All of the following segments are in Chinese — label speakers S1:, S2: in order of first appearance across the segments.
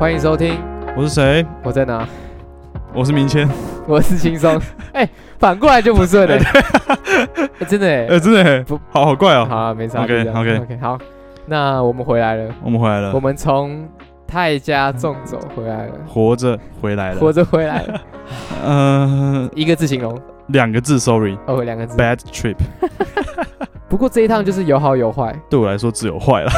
S1: 欢迎收听，
S2: 我是谁？
S1: 我在哪？
S2: 我是明谦。
S1: 我是轻松。 哎、反过来就不 顺了、 哎真的哎、
S2: 呃，真的耶
S1: 不，
S2: 好好怪哦。
S1: 好、啊，没啥。
S2: OK，
S1: 就这样
S2: OK 呃
S1: OK，好，那我们回来了，
S2: 我们回来
S1: 我
S2: 了，
S1: 们从泰家纵走回来了，
S2: 活着回来
S1: 活
S2: 了。
S1: 着回来 了，
S2: 呃，
S1: 一个字形容，
S2: 两个字，sorry，bad
S1: 哦，两个字。
S2: trip，
S1: 不过这一趟就是有好有坏。
S2: 对我来说只有坏了。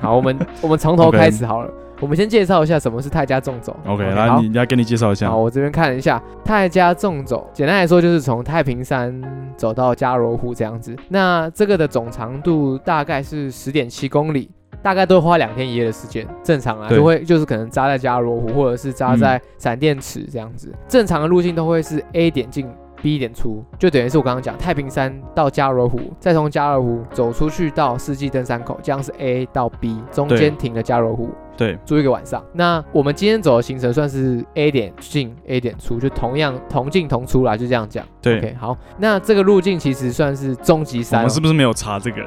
S1: 好，我们我们从头
S2: OK
S1: 开始好了。我们先介绍一下什么是泰家纵走。
S2: OK，
S1: 好
S2: 来，你来给你介绍一下
S1: 好，。我这边看了一下，泰加纵走，简单来说就是从太平山走到加罗湖这样子。那这个的总长度大概是十点七公里，大概都会花两天一夜的时间。正常啊，
S2: 对嗯
S1: 就会就是可能扎在加罗湖，或者是扎在闪电池这样子。正常的路径都会是 A 点进。B 点出，就等于是我刚刚讲太平山到加罗湖，再从加罗湖走出去到世纪登山口，这样是 A 到 B，中
S2: 对
S1: 间停了加罗湖，
S2: 对，
S1: 住一个晚上。那我们今天走的行程算是 A 点进 A 点出，就同样同进同出啦，就这样讲。
S2: 对
S1: OK，好，那这个路径其实算是终极
S2: 我
S1: 山哦、
S2: 们是不是没有查这个？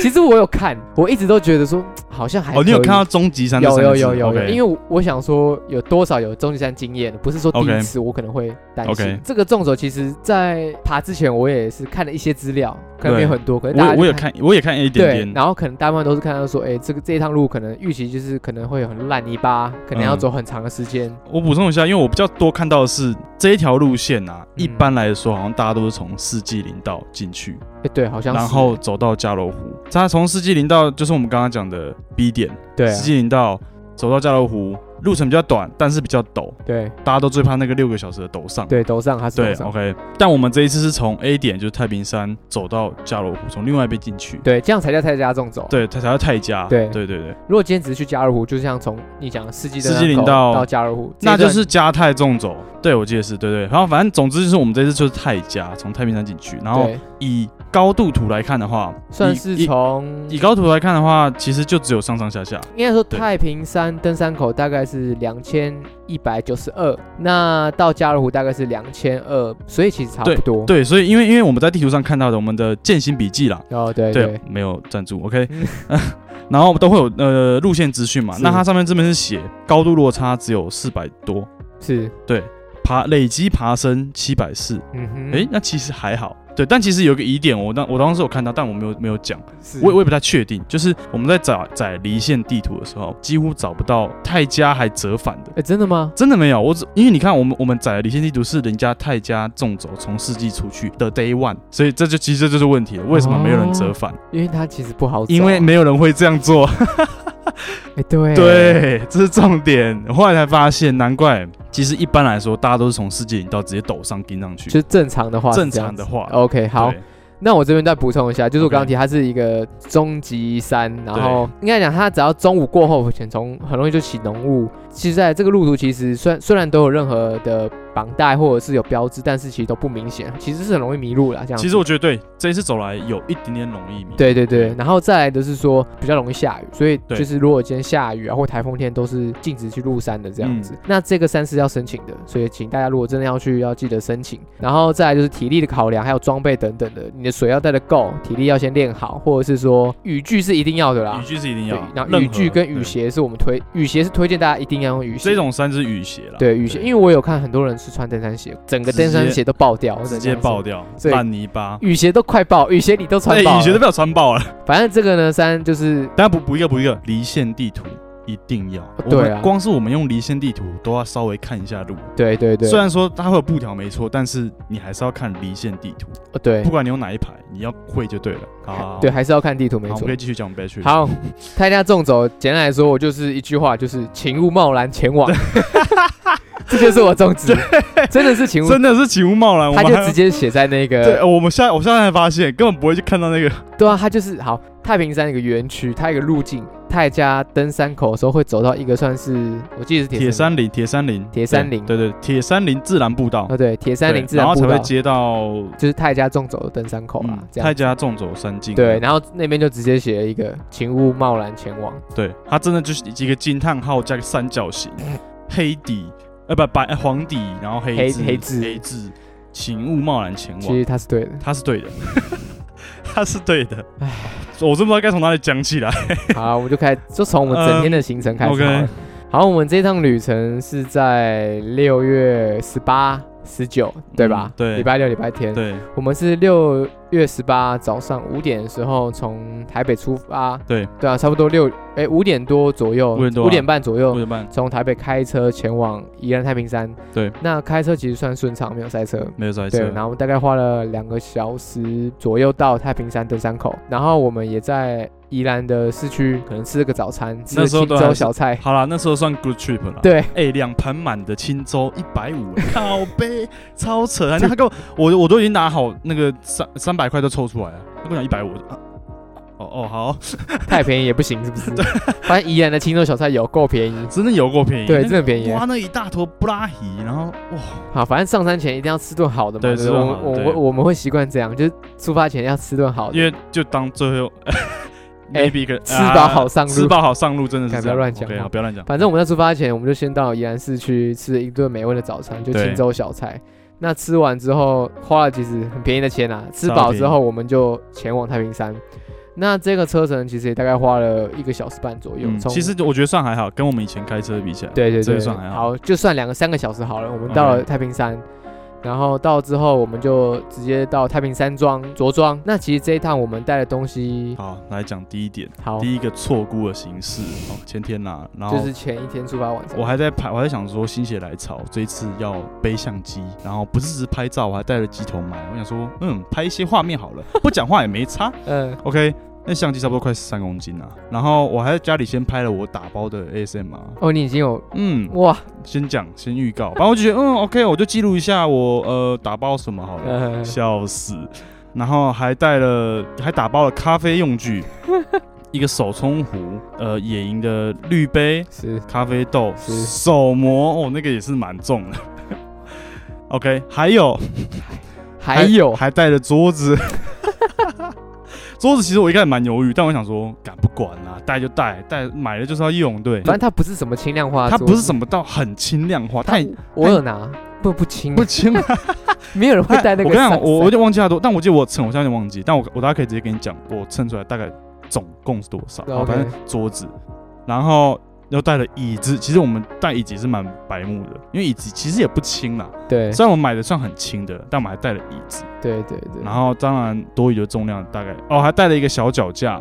S1: 其实我有看，我一直都觉得说好像还
S2: 哦，你有
S1: 可以
S2: 看到终极山这
S1: 有
S2: 三
S1: 有
S2: 个字？
S1: 有有有，因为
S2: 为
S1: 我我想说有多少有终极山经验，不是说第一
S2: OK
S1: 次我可能会担心。
S2: OK
S1: 这个纵走其实在爬之前我也是看了一些资料，可能没有
S2: 对
S1: 很多，可能大家
S2: 我
S1: 就
S2: 我有看，我也看 A
S1: 对
S2: 点，点。
S1: 然后可能大部分都是看到说，哎，这个这一趟路可能预期就是可能会有很烂泥巴，可能要
S2: 嗯
S1: 走很长的时间。
S2: 我补充一下，因为我比较多看到的是这一条路线啊，
S1: 嗯
S2: 一般来说好像大家都是从四季林道进去，
S1: 哎，对，好像是。
S2: 然后走到加罗湖。它从四季林道就是我们刚刚讲的 B 点，
S1: 对啊
S2: 四季林道走到加罗湖，路程比较短，但是比较陡，
S1: 对
S2: 大家都最怕那个六个小时的陡上。
S1: 对，楼上还是
S2: 对
S1: 楼上。
S2: ，OK。但我们这一次是从 A 点，就是太平山走到加罗湖，从另外一边进去。
S1: 对，这样才叫泰加纵走。，
S2: 对，它才叫泰加。
S1: 对
S2: 对对对，
S1: 如果今天只是去加入湖，就像从你讲的世纪的
S2: 世纪
S1: 那
S2: 林
S1: 口
S2: 道
S1: 到加入湖，这一
S2: 那就
S1: 段
S2: 是加泰纵走。对，我记得是对对。然后反正总之就是我们这次就是泰加，从太平山进去。然后
S1: 对，
S2: 以高度图来看的话，
S1: 算
S2: 以
S1: 是
S2: 以
S1: 从
S2: 以高图来看的话，其实就只有上上下下。
S1: 应该说
S2: 对
S1: 太平山登山口大概是两千一百九十二，那到加入湖大概是两千二，所以其实差不多。，
S2: 对，所以因为因为我们在地图上看到的我们的践行笔记啦，
S1: 哦对
S2: 对，
S1: 对，嗯
S2: 没有赞助，OK，然 后都会有呃路线资讯嘛，
S1: 是
S2: 那它上面这边是写高度落差只有四百多，
S1: 是，
S2: 爬累积爬升七百四，
S1: 嗯哼，
S2: 诶，那其实还好。对，但其实有个疑点，我当我当时有看到，但我没有没有讲，
S1: 是，
S2: 我也我也不太确定。就是我们在找在离线地图的时候，几乎找不到泰加还折返的，
S1: 哎，真的吗？
S2: 真的没有。我只因为你看，我们我们载的离线地图是人家泰加纵走从世纪出去的 day one，所以这就其实这就是问题了，为什么没有人折返？
S1: 因为它其哦实不好走啊，
S2: 因为没有人会这样做。
S1: 哎对
S2: 对，这是重点。我后来才发现，难怪其实一般来说，大家都是从世界引到直接抖上盯上去。
S1: 就是正常的话是
S2: 正
S1: 这样
S2: 常的
S1: 子
S2: 话
S1: ，OK 好
S2: 对，，
S1: 那我这边再补充一下，就是我
S2: OK
S1: 刚刚提，它是一个终极山，然后应该讲它只要中午过后，前从很容易就起浓雾。其实在这个路途，其实虽然虽然都有任何的绑带或者是有标志，但是其实都不明显，其实是很容易迷路啦。这样子，
S2: 其实我觉得对，这一次走来有一点点容易迷。
S1: 对对对，然后再来的是说比较容易下雨，所以
S2: 嗯对
S1: 就是如果今天下雨啊或台风天都是禁止去入山的这样
S2: 嗯
S1: 子。那这个山是要申请的，所以请大家如果真的要去，要记得申请。然后再来就是体力的考量，还有装备等等的，你的水要带的够，体力要先练好，或者是说雨具是一定要的啦
S2: 雨。具是一定
S1: 啊对
S2: 要，，
S1: 然后
S2: 任
S1: 雨具
S2: 何
S1: 跟雨。鞋是我们推，雨鞋是推荐大家一定要用雨
S2: 对
S1: 鞋。
S2: 这种山是雨鞋了，
S1: 对雨鞋，因为我有看很多人是穿登山鞋，整个
S2: 直接
S1: 登山鞋都爆掉，
S2: 直接爆
S1: 掉，
S2: 掉
S1: 所以
S2: 烂泥巴。哎
S1: 雨鞋都快爆，雨鞋你都穿爆了。
S2: 雨鞋都被我穿爆了。
S1: 反正这个呢，山就是
S2: 大家补补一个补一个，离线地图一定要。我
S1: 对啊
S2: 们光是我们用离线地图都要稍微看一下路，
S1: 对对对，
S2: 虽然说它会有布条没错，但是你还是要看离线地图。
S1: 哦对
S2: 不管你用哪一排，你要会就对了。好好，好
S1: 对，，还是要看地图没
S2: 好，我
S1: 错
S2: 们可。以继续讲 b a t
S1: 好，泰加纵走，简单来说，我就是一句话，就是请勿贸然前 往，这就是我宗旨，真的是请勿，
S2: 真的是起雾贸然，我
S1: 他
S2: 们
S1: 就
S2: 还
S1: 直接写在那
S2: 对，
S1: 个，
S2: 呃我们现在我现在才发现，根本不会去看到那个。
S1: 对啊，他就是好太平山一个园区，它有一个路径，泰加登山口的时候会走到一个算是，我记得是
S2: 铁山林，铁山林，
S1: 铁山林
S2: 对对，对铁山林自然步道
S1: 哦，对，铁山林
S2: 对
S1: 自然
S2: 然后
S1: 步
S2: 才
S1: 道
S2: 会，接到
S1: 就是泰加纵走的登山口啦，啊
S2: 嗯
S1: 这
S2: 泰
S1: 样。
S2: 加纵走山径。
S1: 对，然后那边就直接写了一个“请勿贸然前往
S2: 对，它真的就是一个惊叹号加个三 角形，黑底，呃不白呃黄底，然后黑
S1: 黑
S2: 字
S1: 黑字
S2: 黑字，请勿贸然前”，
S1: 其
S2: 往。
S1: 实它是对的。
S2: 它是对的，它是对的。我真不知道该从哪里讲起来。
S1: 好，我们就开始，就从我们整天的行程开始好了。
S2: 嗯 OK
S1: 好，我们这趟旅程是在六月十八、十九，对吧
S2: 嗯？对
S1: 礼拜六、礼拜天。
S2: 对
S1: 我们是六月十八早上五点的时候从台北出发，
S2: 对，
S1: 对啊，差不多六哎五点多左右，
S2: 五点多啊
S1: 半左
S2: 六
S1: 右
S2: 点半
S1: 从台北开车前往宜兰太平山。
S2: 对，
S1: 那开车其实算顺畅，没有塞车。
S2: 没有塞
S1: 对，
S2: 车
S1: 然。后我们大概花了两个小时左右到太平山登山口，然后我们也在宜兰的市区可能吃了个早餐，吃了
S2: 那时候
S1: 青
S2: 都还
S1: 州
S2: 是
S1: 小菜。
S2: 好啦，那时候算 good trip 了。
S1: 对，
S2: 哎、两盘满的青州一百 五，靠背，超扯！那他给我，我我都已经拿好那个三三百块都抽出来了，他跟我讲一百五，啊哦哦好，
S1: 太便宜也不行，是不 是？反正宜兰的青州小菜有够便宜，
S2: 真的有够便宜，
S1: 对，
S2: 那
S1: 真的便宜。
S2: 哇那一大坨布拉提，然后哇，
S1: 好，反正上山前一定要吃顿好的嘛。
S2: 对
S1: 不
S2: 吃顿
S1: 我们
S2: 好的
S1: 我
S2: 对
S1: 们我们会习惯这样，就是出发前要吃顿好
S2: 因
S1: 的。
S2: 为就当 最后
S1: 哎
S2: maybe 个啊
S1: 吃饱好上路
S2: 吃饱好上路真的是
S1: 干
S2: 这
S1: 不要
S2: 样
S1: 乱讲
S2: OK，
S1: 话
S2: 好不要乱讲，
S1: 反正我们在出发前，我们就先到宜兰市区吃了一顿美味的早餐，就
S2: 对
S1: 青州小菜。那吃完之后，花了其实很便宜的钱啊。吃饱之
S2: 超
S1: 后，我们就前往太平山。那这个车程其实也大概花了一个小时半左右。
S2: 嗯，
S1: 从
S2: 其实我觉得算还好，跟我们以前开车比起来，
S1: 对对
S2: 这
S1: 对，
S2: 个算还好
S1: 好，就算两个三个小时好了。我们到了
S2: OK
S1: 太平山然后到之后我们就直接到太平山庄着装。那其实这一趟我们带的东西
S2: 好，来讲第一点，
S1: 好，
S2: 第一个错估的形式哦，前天啦、然后
S1: 就是前一天出发晚上。
S2: 我还在拍，我还在想说心血来潮，这一次要背相机，然后不是只是拍照，我还带了机头麦。我想说，嗯，拍一些画面好了， 不讲话也没差。
S1: 嗯，
S2: OK，那相机差不多快三公斤了，然后我还在家里先拍了我打包的 ASMR。
S1: 哦，你已经有
S2: 嗯，
S1: 哇，
S2: 先讲先预告，反正我就觉得，嗯，OK，我就记录一下我呃打包什么好了。
S1: 呃，
S2: 笑死！然后还带了，还打包了咖啡 用具，一个手冲壶，呃，野营的滤杯，
S1: 是
S2: 咖啡豆、
S1: 是
S2: 手模，哦，那个也是蛮重的。OK，还有
S1: 还有
S2: 还带了桌子， 桌子其实我一开始蛮犹豫，但我想说，敢不管啦、带就带，带买了就是要用，对。
S1: 反正它不是什么轻量化的
S2: 它
S1: 桌子，
S2: 不是什么到很轻量化，太
S1: 我有拿，不不轻，啊
S2: 不轻了。
S1: 没有人会带那个。
S2: 哎我跟你讲，我我有点忘记它多，但我记得我称，我现在有点忘记，但我我大概可以直接跟你讲，我称出来大概总共是多少。
S1: 对
S2: 好
S1: OK
S2: 反正桌子，然后又带了椅子。其实我们带椅子也是蛮白目的，因为椅子其实也不轻啦，
S1: 对
S2: 虽然我买的算很轻的，但我们还带了椅子，
S1: 对对对，
S2: 然后当然多余的重量大概哦，还带了一个小脚架，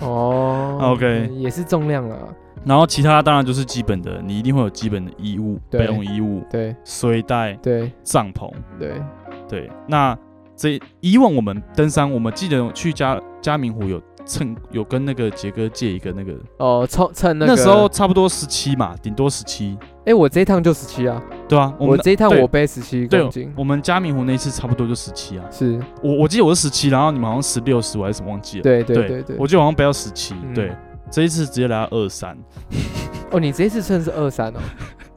S1: 哦
S2: OK
S1: 嗯也是重量了，
S2: 然后其他当然就是基本的，你一定会有基本的衣物、
S1: 对
S2: 备用衣物、
S1: 对
S2: 睡袋、
S1: 对
S2: 帐篷，
S1: 对，
S2: 对，那这以往我们登山，我们记得去嘉嘉明湖有蹭，有跟那个杰哥借一个那个，
S1: 哦，趁趁那
S2: 那
S1: 个
S2: 时候，差不多十七嘛，顶多十七，
S1: 哎，我这一趟就十七啊，
S2: 对啊，
S1: 我
S2: 们
S1: 这一趟
S2: 对
S1: 我背十七
S2: 对
S1: 公斤，
S2: 我们嘉明湖那一次差不多就十七啊，
S1: 是
S2: 我我记得我是十七，然后你们好像十六十，我还是什么忘记了，
S1: 对对对对，
S2: 我记得我好像背到十七、
S1: 嗯
S2: 对，这一次直接来到二三
S1: 哦，你这一次称是二 三哦，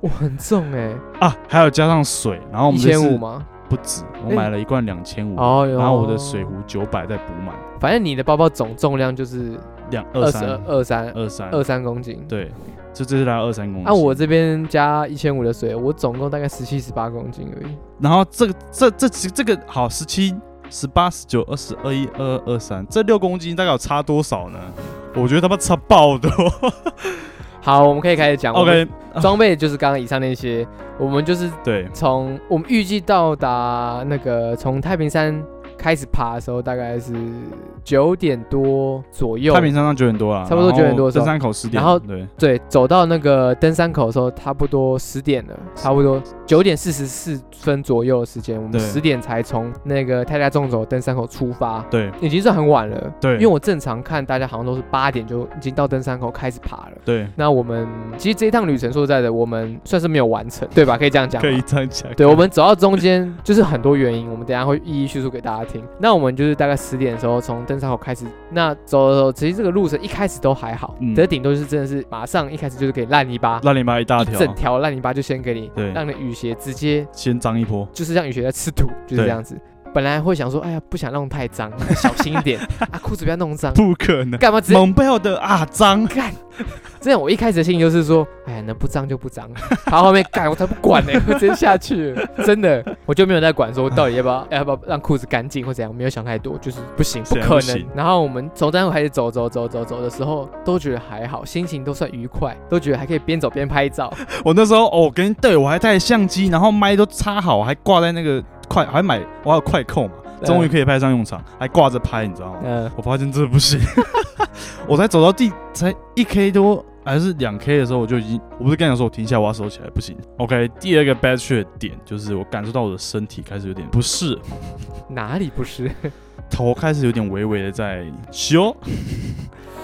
S1: 哇，很重哎，
S2: 啊，还有加上水，然后我
S1: 一
S2: 们这
S1: 千
S2: 次
S1: 五吗？
S2: 不止，我
S1: 哎
S2: 买了一罐两千五，
S1: 哦，
S2: 然后我的水
S1: 壶。
S2: 壶九百再补满，
S1: 反正你的包包总重量就是
S2: 两
S1: 二
S2: 二
S1: 十
S2: 三
S1: 二、二三、
S2: 二三
S1: 二三公斤。
S2: 对，就这是来二三公斤。
S1: 啊，我这边加一千五的水，我总共大概十七、十八公斤而已。
S2: 然后这个这这这这个好十七、十八、十九、二十、二一、二二、二三，这六公斤大概有差多少呢？我觉得他妈差爆多。
S1: 好，我们可以开始讲。我们
S2: OK，啊
S1: 装备就是刚刚以上那些，我们就是
S2: 对，
S1: 从我们预计到达那个从太平山开始爬的时候，大概是九点多左右
S2: 太。平山上九点多啊，
S1: 差不多
S2: 然后
S1: 9点多的时候
S2: 登山口十点，
S1: 然后
S2: 对
S1: 对，走到那个登山口的时候，差不多十点了，差不多九点四十四分左右的时间，我们
S2: 对
S1: 十点才从那个泰达纵走登山口出发。
S2: 对
S1: 已经算很晚了。
S2: 对
S1: 因为我正常看大家好像都是八点就已经到登山口开始爬了。
S2: 对，
S1: 那我们其实这一趟旅程说实在的，我们算是没有完成，对吧？可以这样讲吧。
S2: 可以这样讲。
S1: 对，我们走到中间就是很多原因，我们等一下会一一叙述给大家听。那我们就是大概十点的时候从登山口开始，那走走走，其实这个路程一开始都还好，
S2: 嗯
S1: 只是顶多就是真的是马上一开始就是给烂泥巴，
S2: 烂泥巴一大条
S1: 一，整条烂泥巴就先给你，
S2: 对
S1: 让你的雨鞋直接
S2: 先脏一波。
S1: 就是让雨鞋在吃土，就是
S2: 对
S1: 这样子。本来会想说，哎呀，不想弄太脏，小心 一点啊，裤子不要弄脏。
S2: 不可能，
S1: 干嘛直接
S2: 蒙贝尔的啊脏，
S1: 干？ 这样我一开始的心情就是说，哎呀，能不脏就不脏。然后后面干，我才不管呢、 我直接下去了，真的，我就没有在管说我到底要不 要要不要让裤子干净或怎样，没有想太多，就是不行，不
S2: 显然
S1: 可
S2: 啊不
S1: 能
S2: 行。
S1: 然后我们从单位开始走走走走走的时候，都觉得还好，心情都算愉快，都觉得还可以边走边拍照。
S2: 我那时候哦，跟对我还带相机，然后麦都插好，还挂在那个快，还买我还有快扣嘛，终于可以派上用场，还挂着拍，你知道吗？
S1: 嗯、
S2: 我发现真的不行， 我才走到第才一 K 多还是两 K 的时候，我就已经，我不是跟你讲说我停下，我要收起来，不行。OK，第二个 bad trip 的点就是我感受到我的身体开始有点不适，
S1: 哪里不是？。
S2: 头开始有点微微的在修。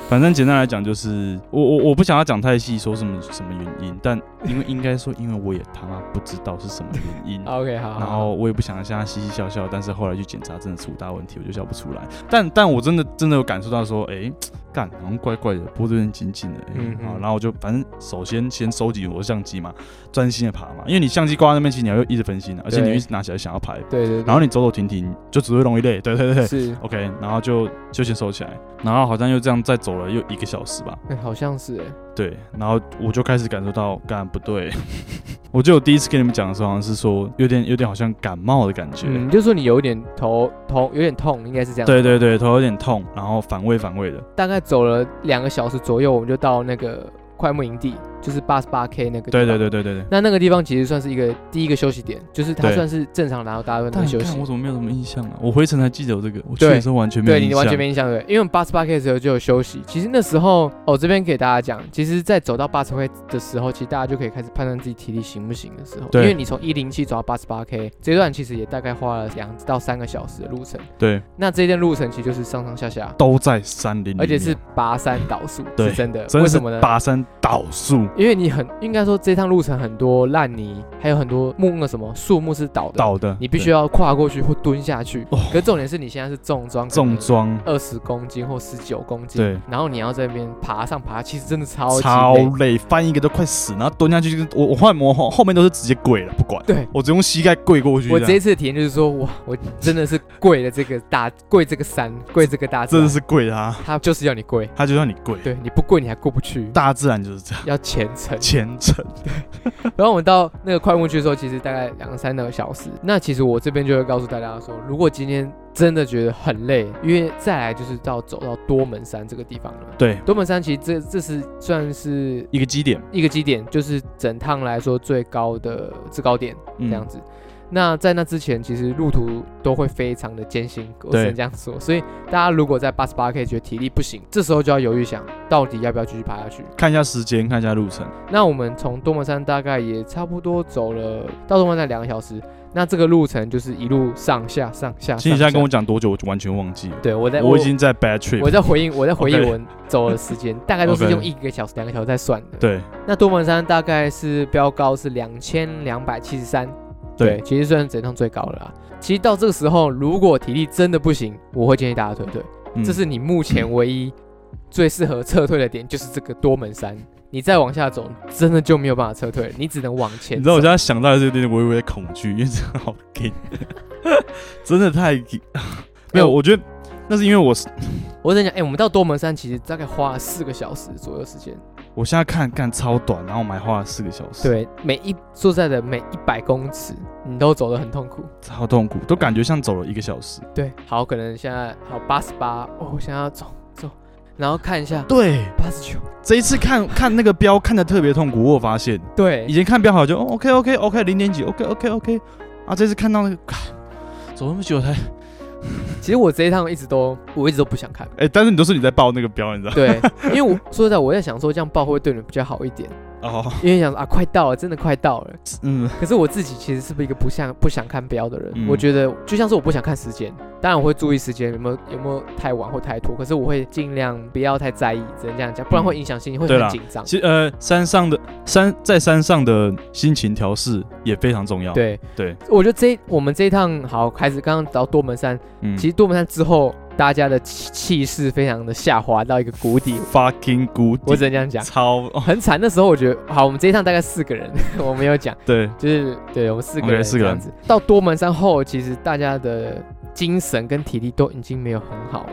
S2: 反正简单来讲，就是我我我不想要讲太细，说什么什么原因，但因为应该说，因为我也他妈不知道是什么原因
S1: OK，好好好
S2: 然后我也不想像他嘻嘻笑笑，但是后来去检查，真的出大问题，我就笑不出来。但但我真的真的有感受到说，哎、干好像怪怪的，脖子有点紧紧的。嗯
S1: 嗯嗯
S2: 好，然后我就反正首先先收集我的相机嘛，专心的爬嘛，因为你相机挂在那边，其实你还会一直分心的、而且你
S1: 对
S2: 会一直拿起来想要拍，
S1: 对对对，
S2: 然后你走走停停，就只会容易累。对对对
S1: 是，
S2: ，OK，然后就就先收起来，然后好像又这样再走了又一个小时吧。
S1: 哎好像是哎
S2: 对，然后我就开始感受到干不对， 我就我第一次跟你们讲的时候，好像是说有点有点好像感冒的感觉，
S1: 嗯，就说你有一点头头有点痛，应该是这样。
S2: 对对对，头有点痛，然后反胃反胃的，
S1: 大概走了两个小时左右，我们就到那个快木营地，就是八十八 K 那个。
S2: 对对。对对对对。
S1: 那那个地方其实算是一个第一个休息点，就是它
S2: 对
S1: 算是正常，然后大家都
S2: 但
S1: 能
S2: 你
S1: 休
S2: 看
S1: 息
S2: 我。怎么没有什么印象啊？我回程才记得有这个，我去的时候完全没有
S1: 对
S2: 印象。
S1: 你完全没印象对，因为我们八十八 K 的时候就有休息。其实那时候，哦，这边给大家讲，其实，在走到八十 K 的时候，其实大家就可以开始判断自己体力行不行的时候，因
S2: 对
S1: 为你从一零七走到八十八 K 这段，其实也大概花了两到三个小时的路程。
S2: 对，
S1: 那这一段路程其实就是上上下下，
S2: 都在山林里面，
S1: 而且是跋山倒树，
S2: 嗯对
S1: 是真的。
S2: 真
S1: 为
S2: 的是
S1: 什么呢？
S2: 跋山倒树
S1: 因为你很应该说这趟路程很多烂泥，还有很多木那什么树木是倒的，
S2: 倒的，
S1: 你必须要跨过去或蹲下去。
S2: 哦
S1: 可是重点是你现在是重装，
S2: 对重装，
S1: 二十公斤或十九公斤，
S2: 对，
S1: 然后你要在那边爬上爬，其实真的超级
S2: 超
S1: 累
S2: 累，翻一个都快死，然后蹲下去就是我我换模后后面都是直接跪了，不管，
S1: 对
S2: 我只用膝盖跪过去这
S1: 我
S2: 样，
S1: 这一次的体验就是说，哇，我真的是跪了这个 大，跪这个山，跪这个大自
S2: 真的
S1: 然，
S2: 是跪他，
S1: 他就是要你跪，
S2: 他就让你跪，
S1: 对，你不跪你还过不去，
S2: 大自然就是这样，
S1: 要虔诚。
S2: 虔诚，
S1: 然后我们到那个快木区的时候，其实大概两三个小时。那其实我这边就会告诉大家说，如果今天真的觉得很累，因为再来就是到走到多门山这个地方了。
S2: 对，
S1: 多门山其实这这是算是
S2: 一个基点，
S1: 一个基点，就是整趟来说最高的制高点
S2: 嗯
S1: 这样子。那在那之前，其实路途都会非常的艰辛，我只能这样说。所以大家如果在八十八 K 觉得体力不行，这时候就要犹豫想，到底要不要继续爬下去。
S2: 看一下时间，看一下路程，
S1: 那我们从多摩山大概也差不多走了到多摩山两个小时，那这个路程就是一路上下上下。
S2: 其实你现在
S1: 上下
S2: 跟我讲多久，我就完全忘记了。
S1: 对我在
S2: 我已经在 bad trip，
S1: 我在回应我在回
S2: OK
S1: 应我走的时间，大概都是
S2: OK
S1: 用一个小时两个小时在算的。，
S2: 对
S1: 那多摩山大概是标高是两千两百七十三，
S2: 对，
S1: 其实算整趟最高了啦。其实到这个时候，如果体力真的不行，我会建议大家退队。
S2: 嗯
S1: 这是你目前唯一最适合撤退的点，就是这个多门山。你再往下走，真的就没有办法撤退了，你只能往前走。
S2: 你知道我现在想到的是有点微微的恐惧，因为真的好 gay，真的太 gay。没哎有，我觉得那是因为我是
S1: 我在讲，哎、我们到多门山其实大概花了四个小时左右时间。
S2: 我现在看干超短，然后我们还花了四个小时，，
S1: 对，每一说实在的每一百公尺，你都走得很痛苦。
S2: 超痛苦，都感觉像走了一个小时。
S1: 对，好，可能现在好八十八，哦，我想要走走，然后看一 下
S2: 对，
S1: 八十九，
S2: 这一次看看那个标看的特别痛苦，我有发现
S1: 对
S2: 以，前看标好就、哦、OK OK OK 零点几 OK OK OK，啊，这次看到那个， 干走那么久才，
S1: 其实我这一趟一直都，我一直都不想 看。
S2: 哎、但是你都是你在报那个标，你知道？
S1: 对，因为我说实在，我在想说这样报会不会对你们比较好一点，
S2: 哦，
S1: 因为想说啊，快到了，真的快到了。
S2: 嗯，
S1: 可是我自己其实是不是一个不想不想看标的人？
S2: 嗯
S1: 我觉得就像是我不想看时间，当然我会注意时间有没有有没有太晚或太拖，可是我会尽量不要太在意，只能这样讲，不然会影响心情，会
S2: 对啦
S1: 很紧张。
S2: 其实呃，山上的山在山上的心情调试也非常重要。，
S1: 对
S2: 对，
S1: 我觉得这我们这一趟好开始，刚刚到多门山，
S2: 嗯，
S1: 其实多门山之后大家的气气势非常的下滑到一个谷底，
S2: fucking 谷
S1: 我
S2: 底
S1: 只能这样讲，
S2: 超、哦、
S1: 很惨。那时候我觉得，好，我们这一趟大概四个人， 我没有讲。
S2: 对
S1: 就是对我们四个
S2: OK，
S1: 人
S2: 四
S1: 这
S2: 个
S1: 样
S2: 人
S1: 子。到多门山后，其实大家的精神跟体力都已经没有很好了。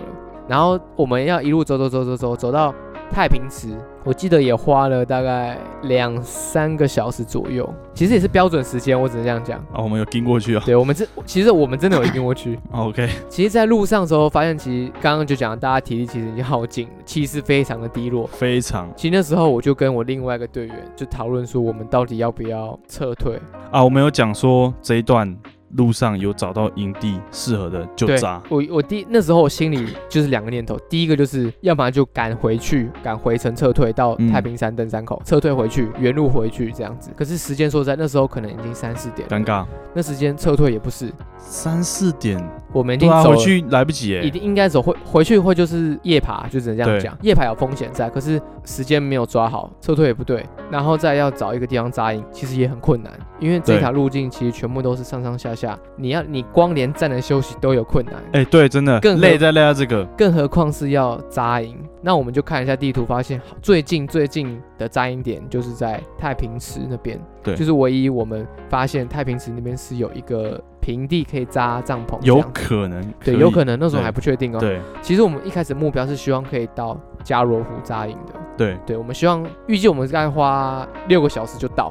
S1: 然后我们要一路走走走走走走到太平池，我记得也花了大概两三个小时左右，其实也是标准时间，我只能这样讲。
S2: 啊，我们有跟过去啊。啊
S1: 对我们这其实我们真的有一定过去，
S2: OK，
S1: 其实，在路上的时候发现，其实刚刚就讲，大家体力其实已经耗尽了，气势非常的低落。
S2: 非常
S1: 其实那时候我就跟我另外一个队员就讨论说，我们到底要不要撤退？
S2: 啊，我们有讲说这一段路上有找到营地适合的就
S1: 对
S2: 扎，
S1: 我我第那时候我心里就是两个念头，第一个就是要么就赶回去，赶回程撤退到
S2: 嗯
S1: 太平山登山口、撤退回去，原路回去这样子。可是时间说实在，那时候可能已经三四点了，
S2: 尴尬。
S1: 那时间撤退也不是，
S2: 三四点，
S1: 我们已经
S2: 对啊，
S1: 走
S2: 回
S1: 了
S2: 去来不及
S1: 一
S2: 哎。
S1: 定应该走回回去会就是夜爬，就只能这样
S2: 对
S1: 讲。夜爬有风险在，可是时间没有抓好，撤退也不对，然后再要找一个地方扎营，其实也很困难，因为这
S2: 对
S1: 条路径其实全部都是上上下下，你要你光连站着休息都有困难，
S2: 哎，对，真的
S1: 更何
S2: 累在累在这个，
S1: 更何况是要扎营。那我们就看一下地图，发现最近最近的扎营点就是在太平池那边，
S2: 对
S1: 就是唯一我们发现太平池那边是有一个平地可以扎帐篷这样
S2: 有
S1: 子，
S2: 可能，
S1: 对，
S2: 以
S1: 有可能那时候
S2: 对
S1: 还不确定哦。
S2: 对
S1: 其实我们一开始目标是希望可以到加罗湖扎营的，
S2: 对，
S1: 对，我们希望预计我们大概花六个小时就到，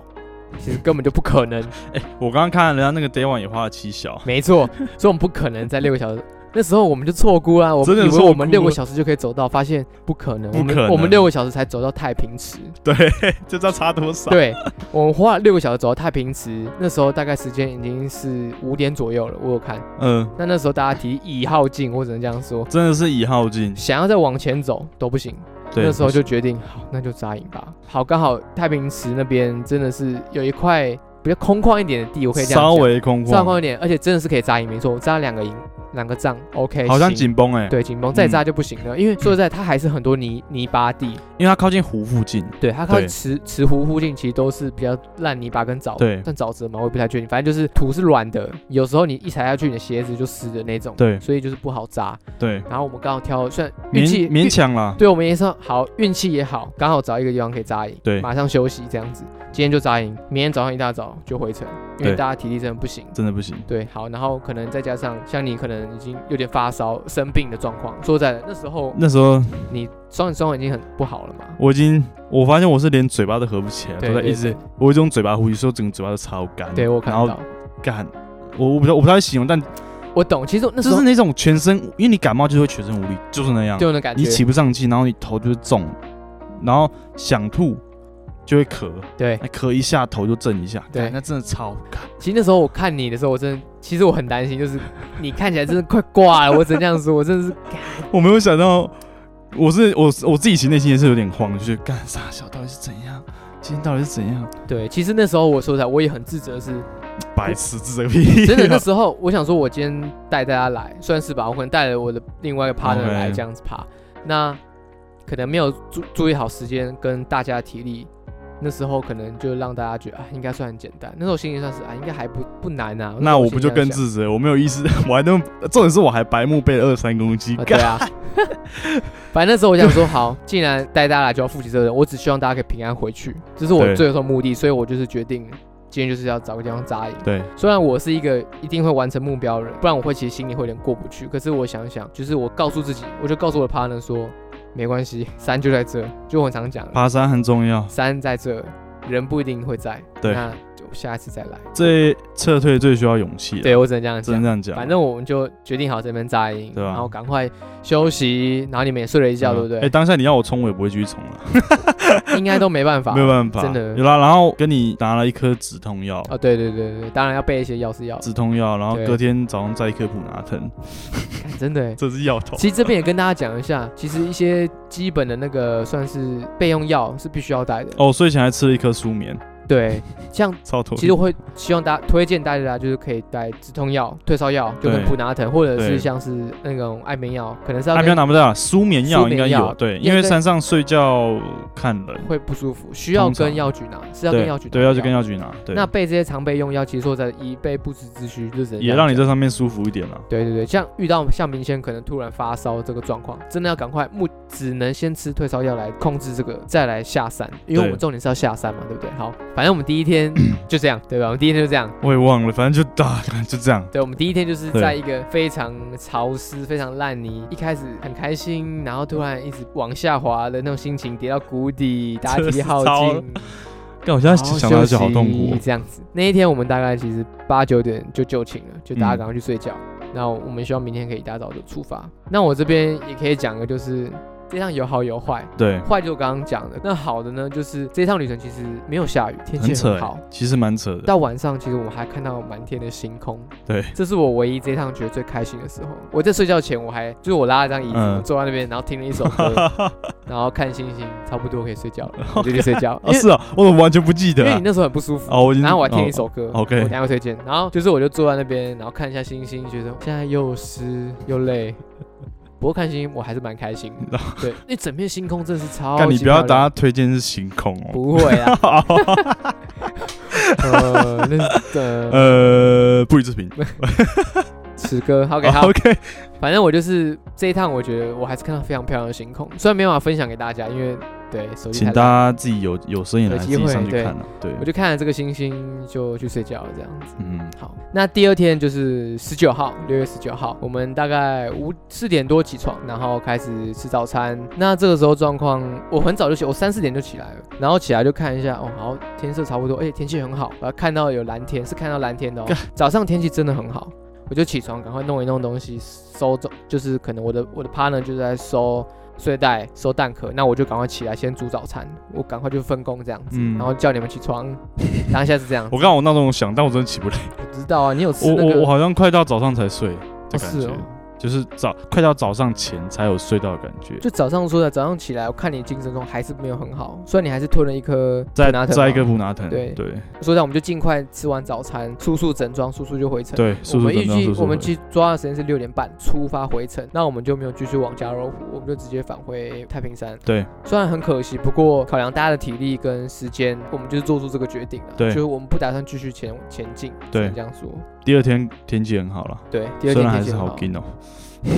S1: 其实根本就不可能，
S2: 哎，我刚刚看人家那个 day one 也花了七 小，
S1: 没错，所以我们不可能在六个小时。那时候我们就错估啦，我
S2: 真
S1: 们
S2: 的
S1: 以
S2: 错
S1: 为
S2: 估
S1: 我们六个小时就可以走到，发现不可能，
S2: 不
S1: 我们
S2: 可能
S1: 我们六个小时才走到太平 池，
S2: 对，就知道差多少。
S1: 对，我们花了六个小时走到太平池，那时候大概时间已经是五点左右了，我有看，
S2: 嗯，
S1: 那那时候大家提已耗尽，我只能这样说，
S2: 真的是以耗尽。
S1: 想要再往前走都不行，
S2: 对，
S1: 那时候就决定，好，那就扎营吧。好，刚好太平池那边真的是有一块比较空旷一点的地，我可以这样
S2: 稍
S1: 讲
S2: 微空
S1: 稍微空
S2: 旷，
S1: 一点，而且真的是可以扎营，没错，我扎了两个营，两个帐，OK，
S2: 好像
S1: 行，
S2: 紧嗯绷哎，
S1: 对紧绷，再扎就不行了，因为说实在，它还是很多泥泥巴地，
S2: 因为它靠近湖附近，
S1: 对，它靠
S2: 对
S1: 池池湖附近其实都是比较烂泥巴跟沼，
S2: 对
S1: 算沼泽嘛，我也不太确定，反正就是土是软的，有时候你一踩下去，你的鞋子就湿的那种，
S2: 对
S1: 所以就是不好扎。
S2: 对，
S1: 然后我们刚好挑，算运
S2: 勉
S1: 气
S2: 勉强啦，
S1: 对我们也算好，运气也好，刚好找一个地方可以扎营，
S2: 对
S1: 马上休息这样子。今天就扎营，明天早上一大早就回程，因为
S2: 对
S1: 大家体力真的不行。
S2: 真的不行。
S1: 对，好，然后可能再加上像你可能已经有点发烧、生病的状况，说实在的，那时候
S2: 那时候
S1: 你双眼双眼已经很不好了嘛。
S2: 我已经，我发现我是连嘴巴都合不起来，
S1: 对
S2: 嗯都在
S1: 对
S2: 一直
S1: 对，
S2: 我有一种嘴巴呼吸，所以我整个嘴巴都超干。
S1: 对我看
S2: 然后
S1: 到，
S2: 干，我我不知道我不太形容，但
S1: 我懂。其实那时
S2: 就
S1: 候
S2: 是那种全身，因为你感冒就会全身无力，就是那样
S1: 就，有那感
S2: 你
S1: 觉
S2: 起，不上气，然后你头就是重，然后想吐就会咳，
S1: 对。
S2: 那咳一下头就震一下，
S1: 哎对
S2: 干那真的超干。
S1: 其实那时候我看你的时候，我真的，其实我很担心，就是你看起来真的快挂了，我只能这样说，我真的是
S2: 我没有想到，我是我我自己其实内心也是有点慌，就是干傻笑到底是怎样，今天到底是怎样，
S1: 对。其实那时候我说实在，我也很自责，是
S2: 白痴自责屁， 啊
S1: 真的那时候，我想说，我今天带大家来，算是吧，我可能带了我的另外一个 partner
S2: OK
S1: 来这样子爬，那可能没有注注意好时间跟大家的体力，那时候可能就让大家觉得啊，应该算很简单。那时候心里算是啊，应该还不不难啊。时
S2: 那
S1: 候
S2: 我
S1: 心
S2: 不
S1: 里
S2: 就
S1: 这样
S2: 更
S1: 想
S2: 自责？我没有意识， 我还那么重点是我还白目背了二三公斤
S1: 啊，， 对
S2: 干
S1: 啊。反正那时候我想说，好，既然带大家来就要负起责任，我只希望大家可以平安回去，这是我
S2: 对
S1: 最后的目的，所以我就是决定今天就是要找个地方扎营。
S2: 对
S1: 虽然我是一个一定会完成目标的人，不然我会其实心里会有点过不去。可是我想想，就是我告诉自己，我就告诉我的 partner 说，没关系， 山就在这，就我很常讲，
S2: 爬山很重要。
S1: 山在这，人不一定会在，
S2: 对
S1: 那就下一次再来。
S2: 这撤退最需要勇气了，
S1: 对我只能这样
S2: 只能
S1: 讲。
S2: 这样讲。
S1: 反正我们就决定好这边扎营，
S2: 对啊
S1: 然后赶快休息，然后你们也睡了一
S2: 嗯
S1: 觉，对不
S2: 哎，
S1: 对？
S2: 当下你要我冲，我也不会继续冲了，
S1: 应该都没办法，
S2: 没有办法，
S1: 真的
S2: 有啦。然后跟你拿了一颗止痛药，
S1: 哦，对对对对，当然要备一些药是药，
S2: 止痛药，然后
S1: 对
S2: 隔天早上再一颗普拿 疼，
S1: 看真的欸。
S2: 这是药头。
S1: 其实这边也跟大家讲一下，其实一些基本的那个算是备用药是必须要带的。
S2: 哦，睡前还吃了一颗舒眠，
S1: 对，像
S2: 超头。
S1: 其实我会希望大家推荐大家就是可以带止痛药、退烧药，就跟
S2: 对
S1: 普拿疼，或者
S2: 对
S1: 是像是那种安眠药，可能是要
S2: 还没有
S1: 跟
S2: 拿不到，舒眠药应
S1: 舒
S2: 该
S1: 眠药
S2: 有，对，
S1: 因为
S2: 因为
S1: 跟
S2: 山上睡觉看人，
S1: 会不舒服，需要
S2: 通常
S1: 跟药局拿，是要跟
S2: 对
S1: 药局拿，
S2: 对，要去跟。药局拿，对，
S1: 那备这些常备用药，其实说实在的以备不时之需，就只能这
S2: 也
S1: 样
S2: 让你
S1: 讲
S2: 在上面舒服一点了。
S1: 对对对，像遇到像明显可能突然发烧这个状况，真的要赶快目只能先吃退烧药来控制这个，再来下山，因为我们
S2: 对
S1: 重点是要下山嘛，对不对？好，反正我们第一天 就这样，对吧？我们第一天就这样。
S2: 我也忘了，反正就打， 就这样。
S1: 对，我们第一天就是
S2: 对
S1: 在一个非常潮湿、非常烂泥，一开始很开心，然后突然一直往下滑的那种心情，跌到谷底，大家
S2: 真
S1: 体力
S2: 是
S1: 耗
S2: 糟
S1: 尽，
S2: 但我现在想到就好痛苦哦。
S1: 这样子，那一天我们大概其实八九点就就寝了，就大家
S2: 嗯
S1: 赶快去睡觉。那我们希望明天可以一大早就出发。那我这边也可以讲个，就是这趟有好有坏，
S2: 对，
S1: 坏就我刚刚讲的。那好的呢，就是这趟旅程其实没有下雨，天
S2: 很
S1: 气
S2: 扯
S1: 很
S2: 欸
S1: 好。，
S2: 其实蛮扯的。
S1: 到晚上，其实我们还看到满天的星空，
S2: 对，
S1: 这是我唯一这趟觉得最开心的时候。我在睡觉前，我还就是我拉了张椅子，
S2: 嗯
S1: 我坐在那边，然后听了一首 歌，然后看星星，差不多可以睡觉了，我就去睡觉。
S2: 啊，是啊，我怎么完全不记
S1: 因
S2: 得
S1: 为因为
S2: 啊
S1: 你？那时候很不舒服，
S2: 哦，我已经
S1: 然后我还听了一首歌、
S2: 哦，OK
S1: 我等一下会推荐。然后就是我就坐在那边，然后看一下星星，觉得现在又湿又累。不过看星星我还是蛮开心 的，对，那整片星空真的是超
S2: 哦
S1: 级。
S2: 干，你不要大家，推荐是星空哦。
S1: 不会啊， 呃，那是呃，
S2: 呃，不予置评。
S1: 此歌 OK 好，
S2: OK，
S1: 反正我就是这一趟，我觉得我还是看到非常漂亮的星空，虽然没办法分享给大家，因为对手机
S2: 请
S1: 太
S2: 大
S1: 烂，
S2: 家自己有有生以来
S1: 有
S2: 自
S1: 机会
S2: 己上去
S1: 对
S2: 看啊。对
S1: 我，就看了这个星星就去睡觉了，这样子。
S2: 嗯，
S1: 好，那第二天就是十九号，六月十九号，我们大概五四点多起床，然后开始吃早餐。那这个时候状况，我很早就起，我三四点就起来了，然后起来就看一下，哦，好，天色差不多，而且天气很好，我还看到有蓝天，是看到蓝天的哦。早上天气真的很好，我就起床，赶快弄一弄东西，收走，就是可能我的我的 partner 就在收。睡袋收蛋壳，那我就赶快起来先煮早餐，我赶快就分工这样子，
S2: 嗯
S1: 然后叫你们起床，当下是这样子。
S2: 我刚好闹钟有响，但我真的起不来。
S1: 我知道啊，你有吃
S2: 我
S1: 那个
S2: 我我好像快到早上才睡的
S1: 哦
S2: 感
S1: 是
S2: 觉
S1: 哦，
S2: 就是早快到早上前才有睡到的感觉。
S1: 就早上说的，早上起来我看你精神状况还是没有很好，虽然你还是吞了一颗
S2: 再
S1: 普拿疼
S2: 再一
S1: 嘛
S2: 个普拿疼，
S1: 对
S2: 对对
S1: 所以我们就尽快吃完早餐， 速速整装，速速就回程。
S2: 对，速
S1: 我
S2: 度
S1: 们预
S2: 等到
S1: 计
S2: 速
S1: 我们
S2: 去
S1: 去抓的时间是六点半出发回程，那我们就没有继续往加州湖，我们就直接返回太平山。
S2: 对，
S1: 虽然很可惜，不过考量大家的体力跟时间，我们就是做出这个决定了。
S2: 对
S1: 就是我们不打算继续前前进，
S2: 对
S1: 只能这样说。
S2: 第二天天气很好了，
S1: 对，第二
S2: 虽
S1: 天
S2: 然还
S1: 天气
S2: 是
S1: 很
S2: 好
S1: 好。
S2: 劲哦，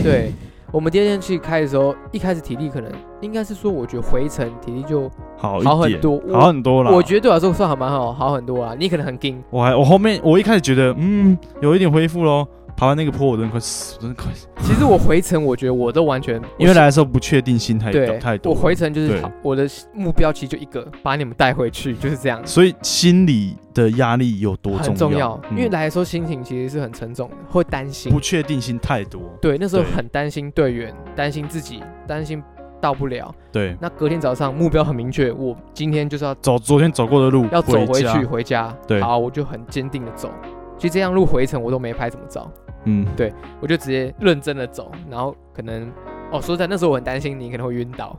S1: 对，我们第二天去开的时候，一开始体力可能应该是说，我觉得回程体力就
S2: 好
S1: 好
S2: 一
S1: 很
S2: 点，
S1: 多我
S2: 好很多啦。
S1: 我觉得对我来说算还蛮好，好很多啊。你可能很 硬，
S2: 我还我后面我一开始觉得嗯有一点恢复咯，爬完那个坡我真的快死，我真的快死，
S1: 其实我回程我觉得我都完全
S2: 因为来的时候不确定心太
S1: 对
S2: 太，多
S1: 我
S2: 了，
S1: 回程就是
S2: 对
S1: 好我的目标其实就一个，把你们带回去，就是这样。
S2: 所以心理的压力有多
S1: 很
S2: 重
S1: 重要，
S2: 嗯
S1: 因为来的时候心情其实是很沉重的，会担心
S2: 不。确定性太多，
S1: 对，那时候
S2: 对
S1: 很担心队员，担心自己，担心到不了。
S2: 对，
S1: 那隔天早上目标很明确，我今天就是要
S2: 走昨天走过的路
S1: 要走回
S2: 家
S1: 去，回家。
S2: 对
S1: 好，我就很坚定的走。其实这样路回程我都没拍怎么照，
S2: 嗯，
S1: 对我就直接认真的走，然后可能哦，说实在那时候我很担心你可能会晕 倒，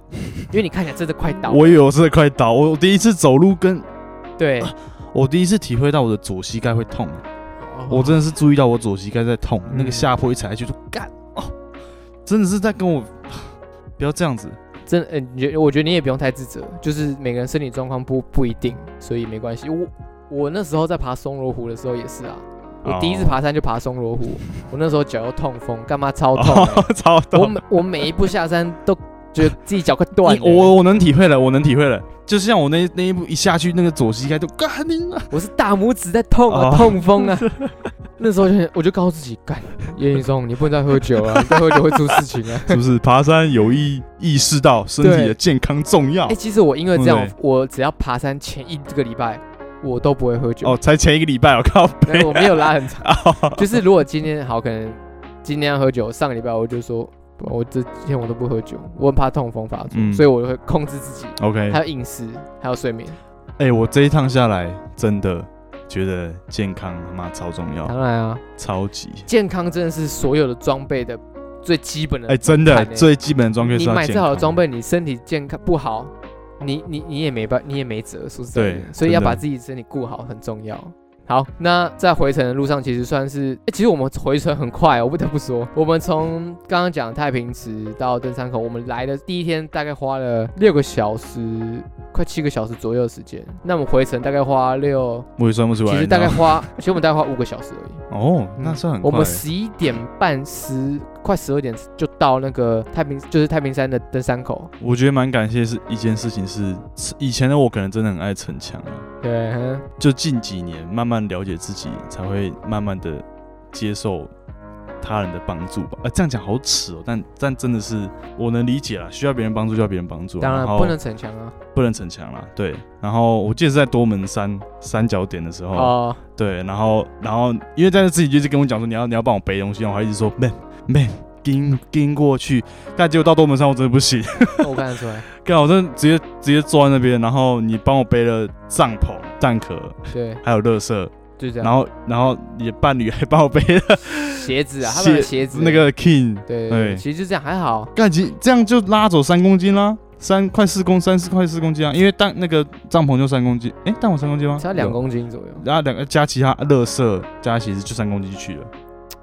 S1: 因为你看起来真的快倒了。
S2: 我以为我是快倒，我我第一次走路跟
S1: 对，
S2: 啊我第一次体会到我的左膝盖会痛，我真的是注意到我左膝盖在痛，
S1: 嗯
S2: 那个下坡一踩下去就干哦，真的是在跟我 不要这样子，
S1: 真的，呃你觉我觉得你也不用太自责，就是每个人身体状况不不一定，所以没关系。我我那时候在爬松罗湖的时候也是啊，我第一次
S2: 哦
S1: 爬山就爬松罗湖，我那时候脚又痛风，干嘛超痛欸、
S2: 哦， 超
S1: 我
S2: 痛。
S1: 每我每一步下山都觉得自己脚快断
S2: 你
S1: 了、
S2: 我我能体会了，我能体会了，就像我那那一步一下去，那个左膝盖就干你啊！
S1: 我是大拇指在痛啊，
S2: 哦
S1: 痛风 啊。那时候就很我就告诉自己，干叶云松，你不能再喝酒啊 了，你再喝酒会出事情 啊。
S2: 是不是？爬山有意意识到身体
S1: 对
S2: 的健康重要
S1: 哎、其实我因为这样
S2: 对，
S1: 我只要爬山前一个礼拜，我都不会喝酒。
S2: 哦，才前一个礼拜，我靠
S1: 但
S2: 背
S1: 我没有拉 很长，就是如果今天好，可能今天要喝酒，上个礼拜我就说，我这几天我都不喝酒，我很怕痛风发作，
S2: 嗯
S1: 所以我会控制自己，
S2: OK，
S1: 还有饮食，还有睡眠。
S2: 哎、我这一趟下来真的觉得健康他妈超重要，
S1: 当然啊，
S2: 超级
S1: 健康真的是所有的装备的最基本的
S2: 哎、。真的
S1: 看欸
S2: 最基本的装备是
S1: 你
S2: 要
S1: 买
S2: 健
S1: 再好的
S2: 康
S1: 装备，你身体健康不好，你你你也没办，你也没辙，说实在
S2: 对
S1: 的，所以要
S2: 真的
S1: 把自己身体顾好很重要。好，那在回程的路上，其实算是，哎、其实我们回程很快，我不得不说， 我们从刚刚讲太平池到登山口，我们来的第一天大概花了六个小时，快七个小时左右的时间。那我们回程大概花六，
S2: 我也算不出来，
S1: 其实
S2: 你知
S1: 大概
S2: 道吗
S1: 花，其实我们大概花五个小时而已。
S2: 哦，
S1: 嗯
S2: 那算很快
S1: 我
S2: 欸。
S1: 们十一点半十快十二点就到那个太平，就是太平山的登山口。
S2: 我觉得蛮感谢是一件事情是，以前的我可能真的很爱逞强啊，
S1: 对，嗯哼
S2: 就近几年慢慢了解自己，才会慢慢的接受他人的帮助吧。呃，这样讲好耻哦、但但真的是我能理解啦，需要别人帮助就要别人帮助啊，
S1: 当然
S2: 后
S1: 不能逞强啊。
S2: 不能逞强啦。对，然后我记得是在多门山三角点的时候，
S1: 哦，
S2: 对，然后然后因为在这自己就一直跟我讲说你要你要帮我背东西，然后我还一直说 man man 跟跟过去，但结果到多门山我真的不行。
S1: 我看得出来。
S2: 干，我真的直接直接坐在那边，然后你帮我背了帐篷、蛋壳，
S1: 对，
S2: 还有垃圾，
S1: 就这样。
S2: 然后然后你的伴侣还帮我背了
S1: 鞋子啊，他们的鞋子
S2: 那个 king，
S1: 对，
S2: 对
S1: 对，其实就这样还好。
S2: 干其这样就拉走三公斤啦，三快四公三四快四公斤啊，因为蛋那个帐篷就三公斤，诶，蛋黄三公斤吗？
S1: 差两，公斤左右。
S2: 然后两个加其他垃圾加其实就三公斤去了，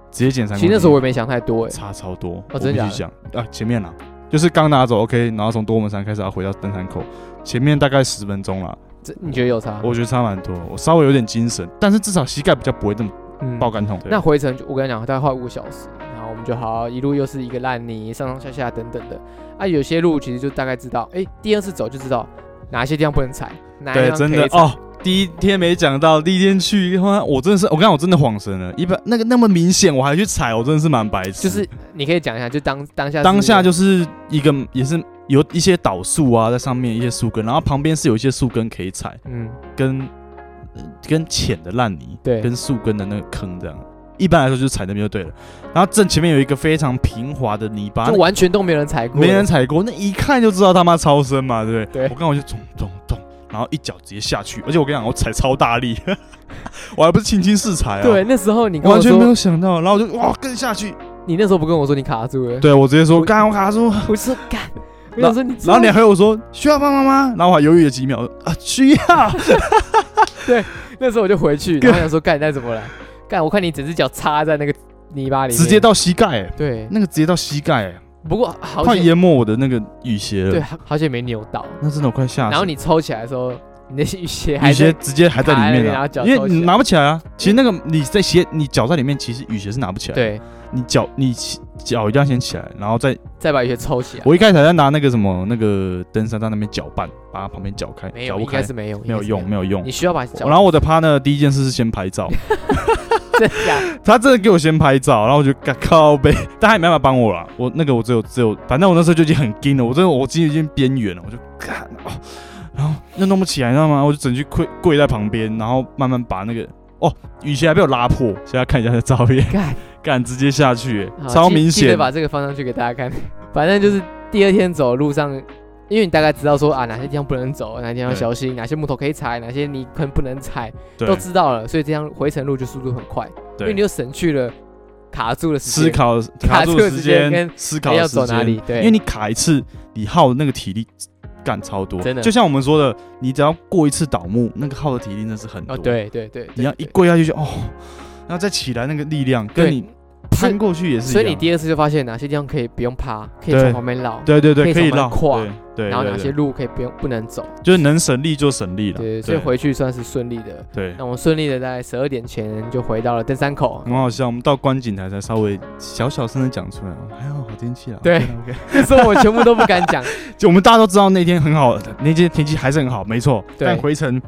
S2: 直接减三
S1: 其
S2: 公斤。
S1: 实那时候我也没想太多，哎，
S2: 差超多，我
S1: 真的
S2: 必须
S1: 假的
S2: 讲啊，前面啦。就是刚拿走，OK，然后从多门山开始要回到登山口，前面大概十分钟啦，
S1: 这你觉得有差？
S2: 我觉得差蛮多，我稍微有点精神，但是至少膝盖比较不会这么
S1: 嗯
S2: 爆肝痛。
S1: 那回程就我跟你讲，大概花五个小时，然后我们就好一路又是一个烂泥，上上下下等等的。啊，有些路其实就大概知道，哎，第二次走就知道哪些地方不能踩，哪些地，
S2: 对
S1: 方
S2: 真
S1: 可
S2: 的
S1: 以踩。
S2: 哦，第一天没讲到，第一天去，哇我真的是，我刚刚我真的晃神了，一般那个那么明显，我还去踩，我真的是蛮白痴。
S1: 就是你可以讲一下，就当当下是
S2: 当下就是一个也是有一些倒树啊，在上面一些树根，然后旁边是有一些树根可以踩，
S1: 嗯，
S2: 跟呃跟浅的烂泥，
S1: 对
S2: 跟树根的那个坑这样。一般来说就是踩那边就对了，然后正前面有一个非常平滑的泥巴，
S1: 就完全都没人踩过，
S2: 没人踩过，那一看就知道他妈超深嘛，对不对？
S1: 对
S2: 我刚好就咚咚咚，然后一脚直接下去，而且我跟你讲，我踩超大力， 我还不是轻轻试踩啊，
S1: 对，，那时候你跟我
S2: 完全没有
S1: 说，
S2: 想到，然后我就哇跟下去，
S1: 你那时候不跟我说你卡住了，
S2: 对我直接说
S1: 我
S2: 干我卡住，
S1: 我是干， 我想说你，
S2: 然后你还回我说需要帮忙吗？然后我还犹豫了几秒啊，需要，
S1: 那时候我就回去，然后想说干，那怎么了？干，我看你整只脚插在那个泥巴里面，
S2: 直接到膝盖、欸，
S1: 对，
S2: 那个直接到膝盖、欸，
S1: 不过好
S2: 快
S1: 险，
S2: 淹没我的那个雨鞋
S1: 对，
S2: 了，
S1: 好好险没扭到。
S2: 那真的我快吓死了。
S1: 然后你抽起来的时候，你那些鞋还
S2: 雨鞋
S1: 在，
S2: 直接还在里面啊
S1: 卡在那，里
S2: 因
S1: 然后脚抽
S2: 为你
S1: 起来
S2: 拿不起来啊。其实那个你在鞋，你脚在里面，其实雨鞋是拿不起来的。
S1: 对，
S2: 你脚你起脚一定要先起来，然后再
S1: 再把鞋抽起来。
S2: 我一开始还在拿那个什么那个登山杖那边搅拌，把它旁边搅开，
S1: 没
S2: 搅
S1: 有，
S2: 不
S1: 应
S2: 开
S1: 该，是没有，
S2: 没有
S1: 应该是
S2: 用，没有用
S1: 你。需要把脚，
S2: 然 后我的 partner 第一件事是先拍照，
S1: 这 样，
S2: 他真的给我先拍照，然后我就干靠背，但他也没办法帮我啦。我那个我只有只有，反正我那时候就已经很惊了，我真的我今天已经边缘了，我就干哦，然后又弄不起来，你知道吗？我就整句跪跪在旁边，然后慢慢把那个哦雨鞋还被我拉破，现 在看一下这照片，
S1: 干，
S2: 干直接下去、欸
S1: 好
S2: 超
S1: 记
S2: 明
S1: 记
S2: 显
S1: 得。把这个放上去给大家看。反正就是第二天走路上，因为你大概知道说啊，哪些地方不能走，哪些地方
S2: 对
S1: 小心，哪些木头可以踩，哪些泥坑不能踩，
S2: 对
S1: 都知道了，所以这样回程路就速度很快，因
S2: 对
S1: 为你又省去了卡住的时间
S2: 思考卡住
S1: 住的
S2: 时
S1: 时间
S2: 间
S1: 跟，
S2: 思考
S1: 哎要
S2: 的时
S1: 走哪
S2: 间
S1: 里对
S2: 因为你卡一次，你耗的那个体力干超多，
S1: 真的
S2: 就像我们说的，你只要过一次倒木，那个耗的体力那是很多。
S1: 哦，，对对对，
S2: 你要
S1: 对
S2: 一
S1: 对
S2: 跪下去就哦，然后再起来那个力量，跟
S1: 对
S2: 你攀过去也是一样。
S1: 所以你第二次就发现哪些地方可以不用爬，可以
S2: 对
S1: 从旁边绕，
S2: 对对
S1: 可
S2: 对
S1: 以
S2: 可以
S1: 从
S2: 绕，
S1: 门跨
S2: 对对，
S1: 然后
S2: 对
S1: 哪
S2: 对
S1: 些路可以不用不能走，
S2: 就是能省力就省力了。
S1: 对，所以回去算是顺利的。
S2: 对
S1: 那。我们顺利的在十二点前就回到了登山 口，啊
S2: 很好笑，我们到观景台才稍微小小声的讲出来，哦还好好天气啊。
S1: 对
S2: OK，OK
S1: 那时候我全部都不敢讲，
S2: 就我们大家都知道那天很好，那天天气还是很好，没错。
S1: 对
S2: 但回程，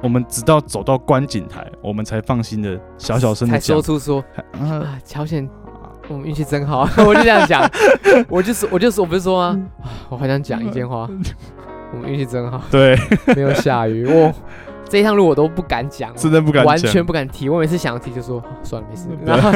S2: 我们直到走到观景台，我们才放心的 小小声的
S1: 才
S2: 讲
S1: 说。出说
S2: 啊
S1: 啊，乔显，我们运气真好， 我就这样讲，我就是我就是我不是说吗？啊我很想 讲一件
S2: 嗯
S1: 话，我们运气真好，
S2: 对，
S1: 没有下雨，我 这一趟路我都不敢讲，
S2: 真的不敢讲，
S1: 完全不敢提，我每次想提就说啊算了没事，
S2: 对
S1: 然 后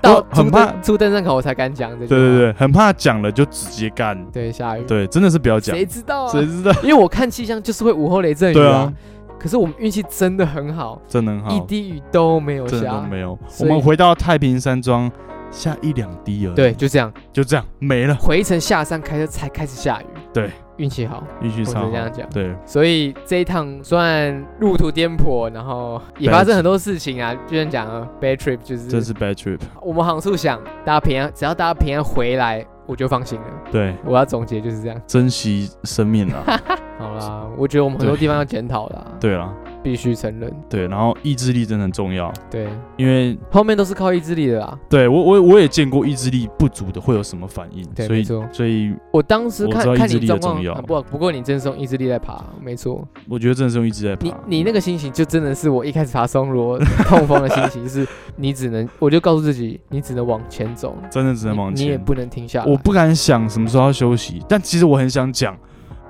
S1: 到
S2: 很
S1: 出
S2: 怕
S1: 登出登山口我才敢讲这句话，
S2: 对对对，很怕讲了就直接干。
S1: 对下雨，
S2: 对，真的是不要讲，
S1: 谁知道啊？
S2: 谁知道？
S1: 因为我看气象就是会午后雷阵雨
S2: 对啊，，
S1: 可是我们运气真的很好，
S2: 真的很
S1: 一
S2: 好，
S1: 滴雨都没有
S2: 真的都
S1: 下，
S2: 没有。我
S1: 所以
S2: 们回到太平山庄，下一两滴而已，
S1: 对，，就这样，
S2: 就这样没了，
S1: 回程下山开车才开始下雨，
S2: 对，
S1: 运气好，
S2: 运气
S1: 我只
S2: 超
S1: 能
S2: 好
S1: 这。样讲。
S2: 对，
S1: 所以这一趟虽然路途颠簸，然后也发生很多事情啊，就像讲啊，bad trip 就是，
S2: 这是 bad trip。
S1: 我们航速想大家平安，只要大家平安回来，我就放心了。
S2: 对，
S1: 我要总结就是这样。
S2: 珍惜生命啦。啊
S1: 好啦，我觉得我们很多地方要检讨啦。
S2: 对啦，
S1: 必须承认，
S2: 对，然后意志力真的很重要，
S1: 对，
S2: 因为
S1: 后面都是靠意志力的啦。
S2: 对我我我也见过意志力不足的会有什么反应，
S1: 对
S2: 所以
S1: 没错
S2: 所以
S1: 我当时
S2: 我
S1: 看
S2: 知道
S1: 看
S2: 意志
S1: 你
S2: 力的
S1: 状况
S2: 重要
S1: 啊，不不过你真是用意志力在爬，没错。
S2: 我觉得真的是用意志在
S1: 你
S2: 爬。
S1: 你那个心情就真的是我一开始爬松罗痛风的心情，就是你只能， 我就告诉自己，你只能往前走，
S2: 真的只能往
S1: 你，你也
S2: 前，
S1: 不能停下来。
S2: 我不敢想什么时候要休息，但其实我很想讲，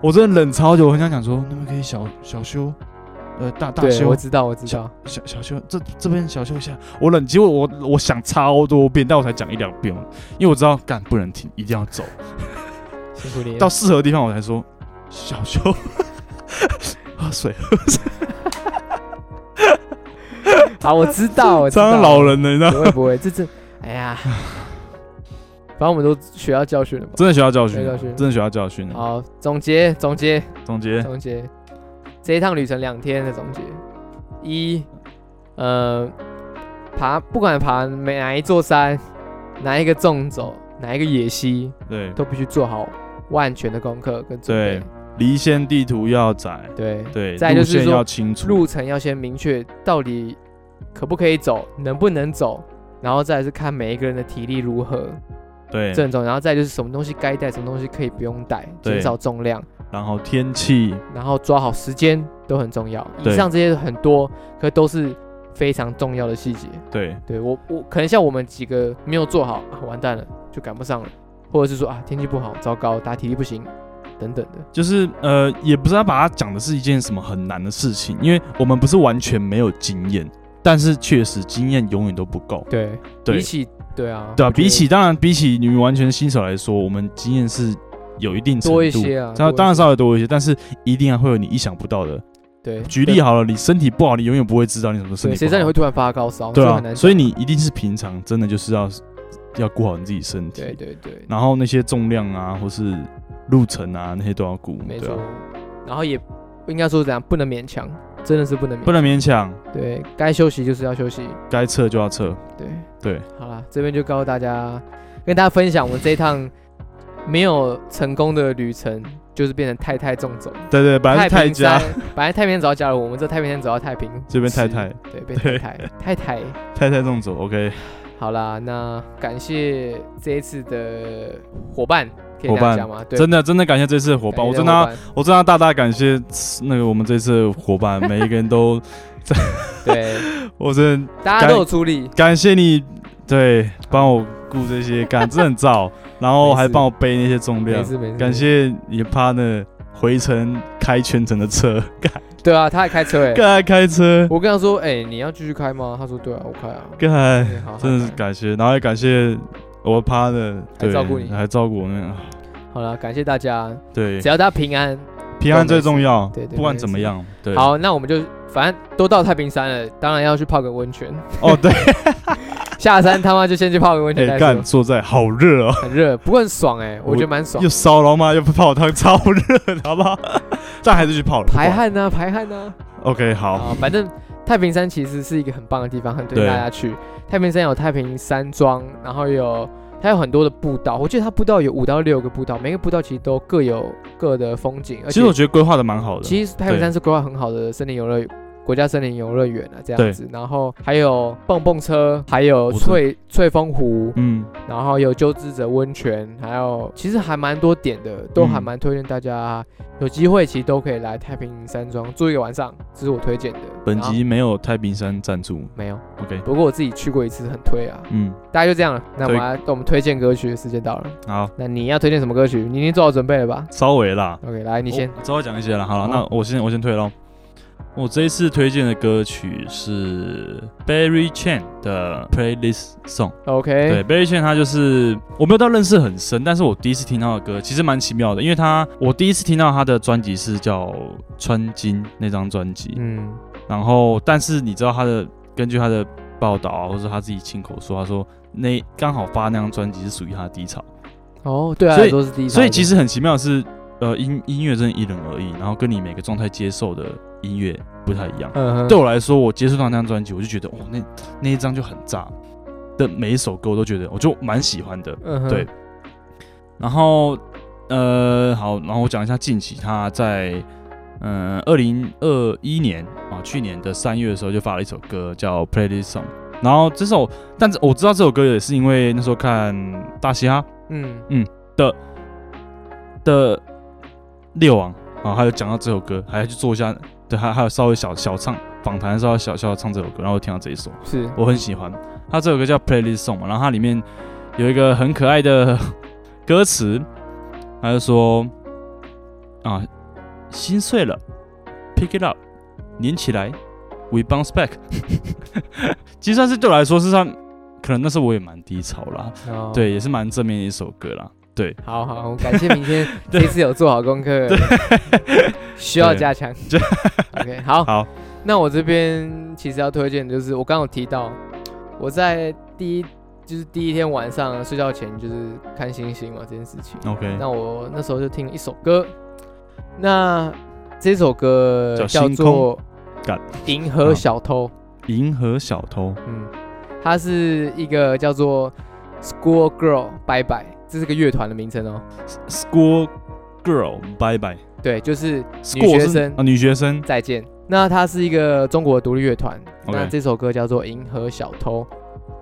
S2: 我真的忍超久，我很想讲说，那么可以小小休，呃大大
S1: 对，
S2: 休
S1: 我，知道，我知 道，
S2: 小小休，这这边小休一下。我忍，结果我我想超多遍，但我才讲一两遍，因为我知道干不能停，一定要走
S1: 辛苦你
S2: 到
S1: 了。
S2: 适合的地方，我才说小 休， 喝水，
S1: 好，我知道，我知
S2: 当
S1: 道。
S2: 老人了，你知道吗，
S1: 不会不 会，这这，哎呀，反正我们都学到教训了吧。
S2: 真的学到教训
S1: 学到
S2: 啊，
S1: 教训
S2: 真的学到教训啊。
S1: 好，总结总结
S2: 总结，
S1: 总结，这一趟旅程两天的总结，一，呃，爬不管爬每哪一座山，哪一个纵走，哪一个野溪，
S2: 对，
S1: 都必须做好万全的功课跟准备。
S2: 离线地图要窄，
S1: 对
S2: 对，
S1: 再就是
S2: 路线
S1: 说
S2: 要清楚，
S1: 路程要先明确，到底可不可以走，能不能走，然后再来是看每一个人的体力如何，
S2: 对，
S1: 这很重要。然后再就是什么东西该带，什么东西可以不用带，
S2: 对
S1: 减少重量，
S2: 然后天气，
S1: 然后抓好时间都很重要。以
S2: 对
S1: 上这些很多，可都是非常重要的细节。
S2: 对
S1: 对我，我可能像我们几个没有做好，啊、完蛋了，就赶不上了，或者是说啊天气不好，糟糕，打体力不行，等等的。
S2: 就是呃，也不是要把它讲的是一件什么很难的事情，因为我们不是完全没有经验，但是确实经验永远都不够。
S1: 对，
S2: 对
S1: 比起对啊，
S2: 对啊，
S1: 我觉得
S2: 比起当然比起你们完全新手来说，我们经验是有一定程度，
S1: 多一些啊
S2: 当
S1: 多一
S2: 然
S1: 些
S2: 当然稍微多一些，但是一定还会有你意想不到的。
S1: 对
S2: 举例好了，你身体不好，你永远不会知道你什么时候
S1: 对，
S2: 身体
S1: 谁
S2: 不
S1: 知道
S2: 好。
S1: 你会突然发高烧？
S2: 对
S1: 哦这很
S2: 啊，
S1: 难
S2: 所以
S1: 讲
S2: 你一定是平常真的就是要要顾好你自己身体。
S1: 对对对，
S2: 然后那些重量啊，或是路程啊，那些都要顾，
S1: 没
S2: 对
S1: 错
S2: 啊，。
S1: 然后也应该说怎样，不能勉强，真的是不能勉
S2: 不
S1: 强。
S2: 能勉强，
S1: 对该休息就是要休息。
S2: 该测就要测。
S1: 对
S2: 对，
S1: 好啦，这边就告诉大家，跟大家分享我们这一趟没有成功的旅程，就是变成太太纵走。
S2: 对对，本来是泰
S1: 平山
S2: 家，，
S1: 本来太平山走到家了，我们这太平山走到太平，
S2: 这边太太，
S1: 对，变太太 太太。
S2: 太太动走，OK，
S1: 好啦，那感谢这一次的伙伴，可以
S2: 伙
S1: 这样
S2: 伴
S1: 讲吗？对，哎
S2: 真的真的感谢这次的伙
S1: 伙
S2: 伴，我真的要我真的要大大感谢那个我们这次的伙伴，每一个 人都，
S1: 对，
S2: 我真的
S1: 大家都有出力，
S2: 感谢你，对，帮我顾这些，干真的很 燥，然后还
S1: 没事
S2: 帮我背那些重
S1: 没
S2: 量，
S1: 事没事，
S2: 感。谢你 partner 回程开全程的车，干
S1: 对啊，他还开车哎、
S2: 干还开车，
S1: 我跟他说，哎、你要继续开吗？他说，对啊，我开啊。
S2: 干。
S1: 对好，
S2: 哎真的
S1: 好
S2: 是感谢，然后也感谢我趴的，
S1: 还
S2: 对
S1: 照顾你
S2: 还照顾我们。啊
S1: 好了，感谢大家，
S2: 对
S1: 只，要大家平安。
S2: 平安最重要，
S1: 对对
S2: 不管怎么样，对，
S1: 好，那我们就反正都到太平山了，当然要去泡个温泉。
S2: 哦，对，
S1: 下山他妈就先去泡个温泉
S2: 哎，
S1: 再说
S2: 干，。坐在好热哦，
S1: 很热，不过很爽哎、我觉得蛮爽
S2: 又。烧，然后嘛又泡汤，超热的，好不好？ 但还是去泡了，
S1: 排汗呐、排汗呐、
S2: 不管。OK，好，
S1: 啊，反正太平山其实是一个很棒的地方，很推
S2: 对
S1: 荐大家去。太平山有太平山庄，然后有它有很多的步道，我记得它步道有五到六个步道，每个步道其实都各有各的风景。而
S2: 其
S1: 且
S2: 实我觉得规划的蛮好的，
S1: 其实太平山是规划很好的森林游乐国家森林游乐园啊，这样
S2: 对
S1: 子。然后还有蹦蹦车，还有
S2: 我知
S1: 翠翠峰湖，
S2: 嗯，
S1: 然后有鸠之泽温泉，还有其实还蛮多点的，都还
S2: 嗯
S1: 蛮推荐大家、有机会其实都可以来太平山庄住一个晚上，这是我推荐的。
S2: 本
S1: 然后
S2: 集没有太平山赞助
S1: 没有，
S2: ，OK，
S1: 不过我自己去过一次，很推啊。
S2: 嗯，
S1: 大家就这样了，那我
S2: 推
S1: 们来我们推荐歌曲的时间到了，
S2: 好，
S1: 那你要推荐什么歌曲？你已经做好准备了吧
S2: 稍微啦，
S1: ？OK，来你先
S2: 我，稍微讲一些了。好了，
S1: 好啊
S2: 那我先我先退喽。我这一次推荐的歌曲是 Barry Chan 的 Playlist Song。对哦
S1: OK，
S2: ，Barry Chan 他就是我没有到认识很深，但是我第一次听到的歌其实蛮奇妙的，因为他我第一次听到他的专辑是叫《穿金》那张专辑，
S1: 嗯，
S2: 然后但是你知道他的根据他的报道啊，或者他自己亲口说，他说那刚好发那张专辑是属于他的低潮。
S1: 哦，对啊，
S2: 所以
S1: 都是第一首，
S2: 所以其实很奇妙的是，呃，音音乐真的因人而异，然后跟你每个状态接受的音乐不太一样。
S1: 嗯哼，
S2: 对我来说，我接触到那张专辑，我就觉得，哦，那那一张就很炸的每一首歌，我都觉得我哦就蛮喜欢的。
S1: 嗯哼，
S2: 对，然后呃呃，好，然后我讲一下近期他在嗯二零二一年啊，呃去年的三月的时候就发了一首歌叫《Play This Song》，然后这首，但是我知道这首歌也是因为那时候看大嘻哈
S1: 嗯，
S2: 的猎王啊，还有讲到这首歌，还去做一下，对，还还有稍微小小唱访谈的时候小小唱这首歌，然后我听到这一首，
S1: 是
S2: 我很喜欢。它这首歌叫《Play This Song》嘛，然后它里面有一个很可爱的歌词，它就说啊，心碎了，pick it up，粘起来，we bounce back。其实算是对我来说是算，可能那时候我也蛮低潮啦，
S1: 哦，
S2: 对，也是蛮正面的一首歌啦。对，
S1: 好好，感谢明 天这次有做好功课， 需要加强。OK，好，
S2: 好，
S1: 那我这边其实要推荐的就是我刚刚有提到，我在第一就是第一天晚上睡觉前就是看星星嘛这件事情。
S2: OK，
S1: 那我那时候就听了一首歌，那这首歌
S2: 叫
S1: 叫
S2: 星
S1: 做
S2: 干
S1: 《银河小偷》，
S2: 银河小偷，
S1: 嗯，它是一个叫做 School Girl 拜拜，这是个乐团的名称哦。
S2: School Girl，拜拜。
S1: 对，就是女
S2: School
S1: 学
S2: 是
S1: 生
S2: 啊，女学生。
S1: 再见。那它是一个中国的独立乐团
S2: OK
S1: 那这首歌叫做《银河小偷》。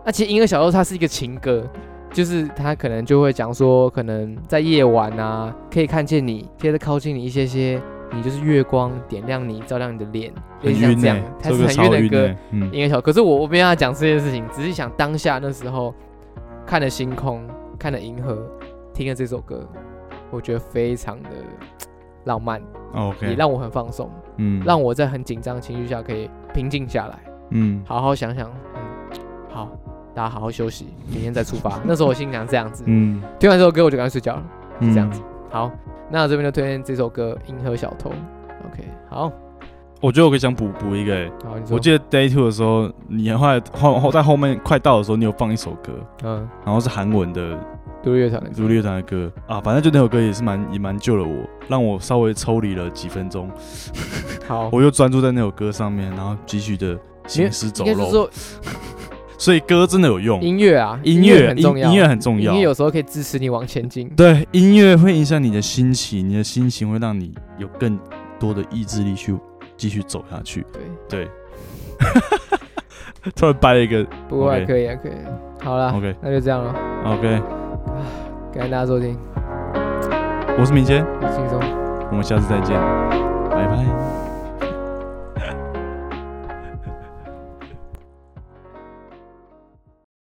S1: 那其实《银河小偷》它是一个情歌，就是它可能就会讲说，可能在夜晚啊，可以看见你，贴着靠近你一些些，你就是月光，点亮你，照亮你的脸，类
S2: 很
S1: 似像
S2: 晕
S1: 这
S2: 呢、
S1: 样
S2: 欸，，
S1: 它
S2: 这
S1: 是
S2: 个
S1: 很
S2: 超
S1: 晕的
S2: 晕呢、
S1: 歌。
S2: 欸。嗯，
S1: 银河小，可是我我没有要讲这件事情，只是想当下那时候看了星空，看了银河，听了这首歌，我觉得非常的浪漫，也
S2: OK，
S1: 让我很放松。
S2: 嗯，
S1: 让我在很紧张的情绪下可以平静下来，
S2: 嗯
S1: 好好想想，嗯，好，大家好好休息，明天再出发。那时候我心想这样子，
S2: 嗯
S1: 听完这首歌我就赶快睡觉了，
S2: 嗯
S1: 是这样子。。好，那我这边就推荐这首歌《银河小偷》。OK，好，
S2: 我觉得我可以想补补一个、欸，
S1: 好，你说，
S2: 我记得 Day Two 的时候，你后来后后在后面快到的时候，你有放一首歌，
S1: 嗯，
S2: 然后是韩文的
S1: 独立乐团的歌，
S2: 独立乐团的歌啊，反正就那首歌也是蛮也蛮救了我，让我稍微抽离了几分钟，
S1: 好，
S2: 我就专注在那首歌上面，然后继续的行尸走
S1: 应该是
S2: 肉，
S1: 说
S2: 所以歌真的有用，
S1: 音乐啊，
S2: 音
S1: 乐
S2: 乐
S1: 很重要，
S2: 音乐很重要
S1: 音乐，有时候可以支持你往前进。
S2: 对，音乐会影响你的心情，你的心情会让你有更多的意志力去继续走下去。
S1: 对，
S2: 对， 突然掰了一个
S1: 不过还
S2: OK
S1: 可以，还可以。好啦，
S2: OK
S1: 那就这样了，
S2: OK，
S1: 感谢大家收听，
S2: 我是明谦，
S1: 轻松。
S2: 我们下次再见，拜拜。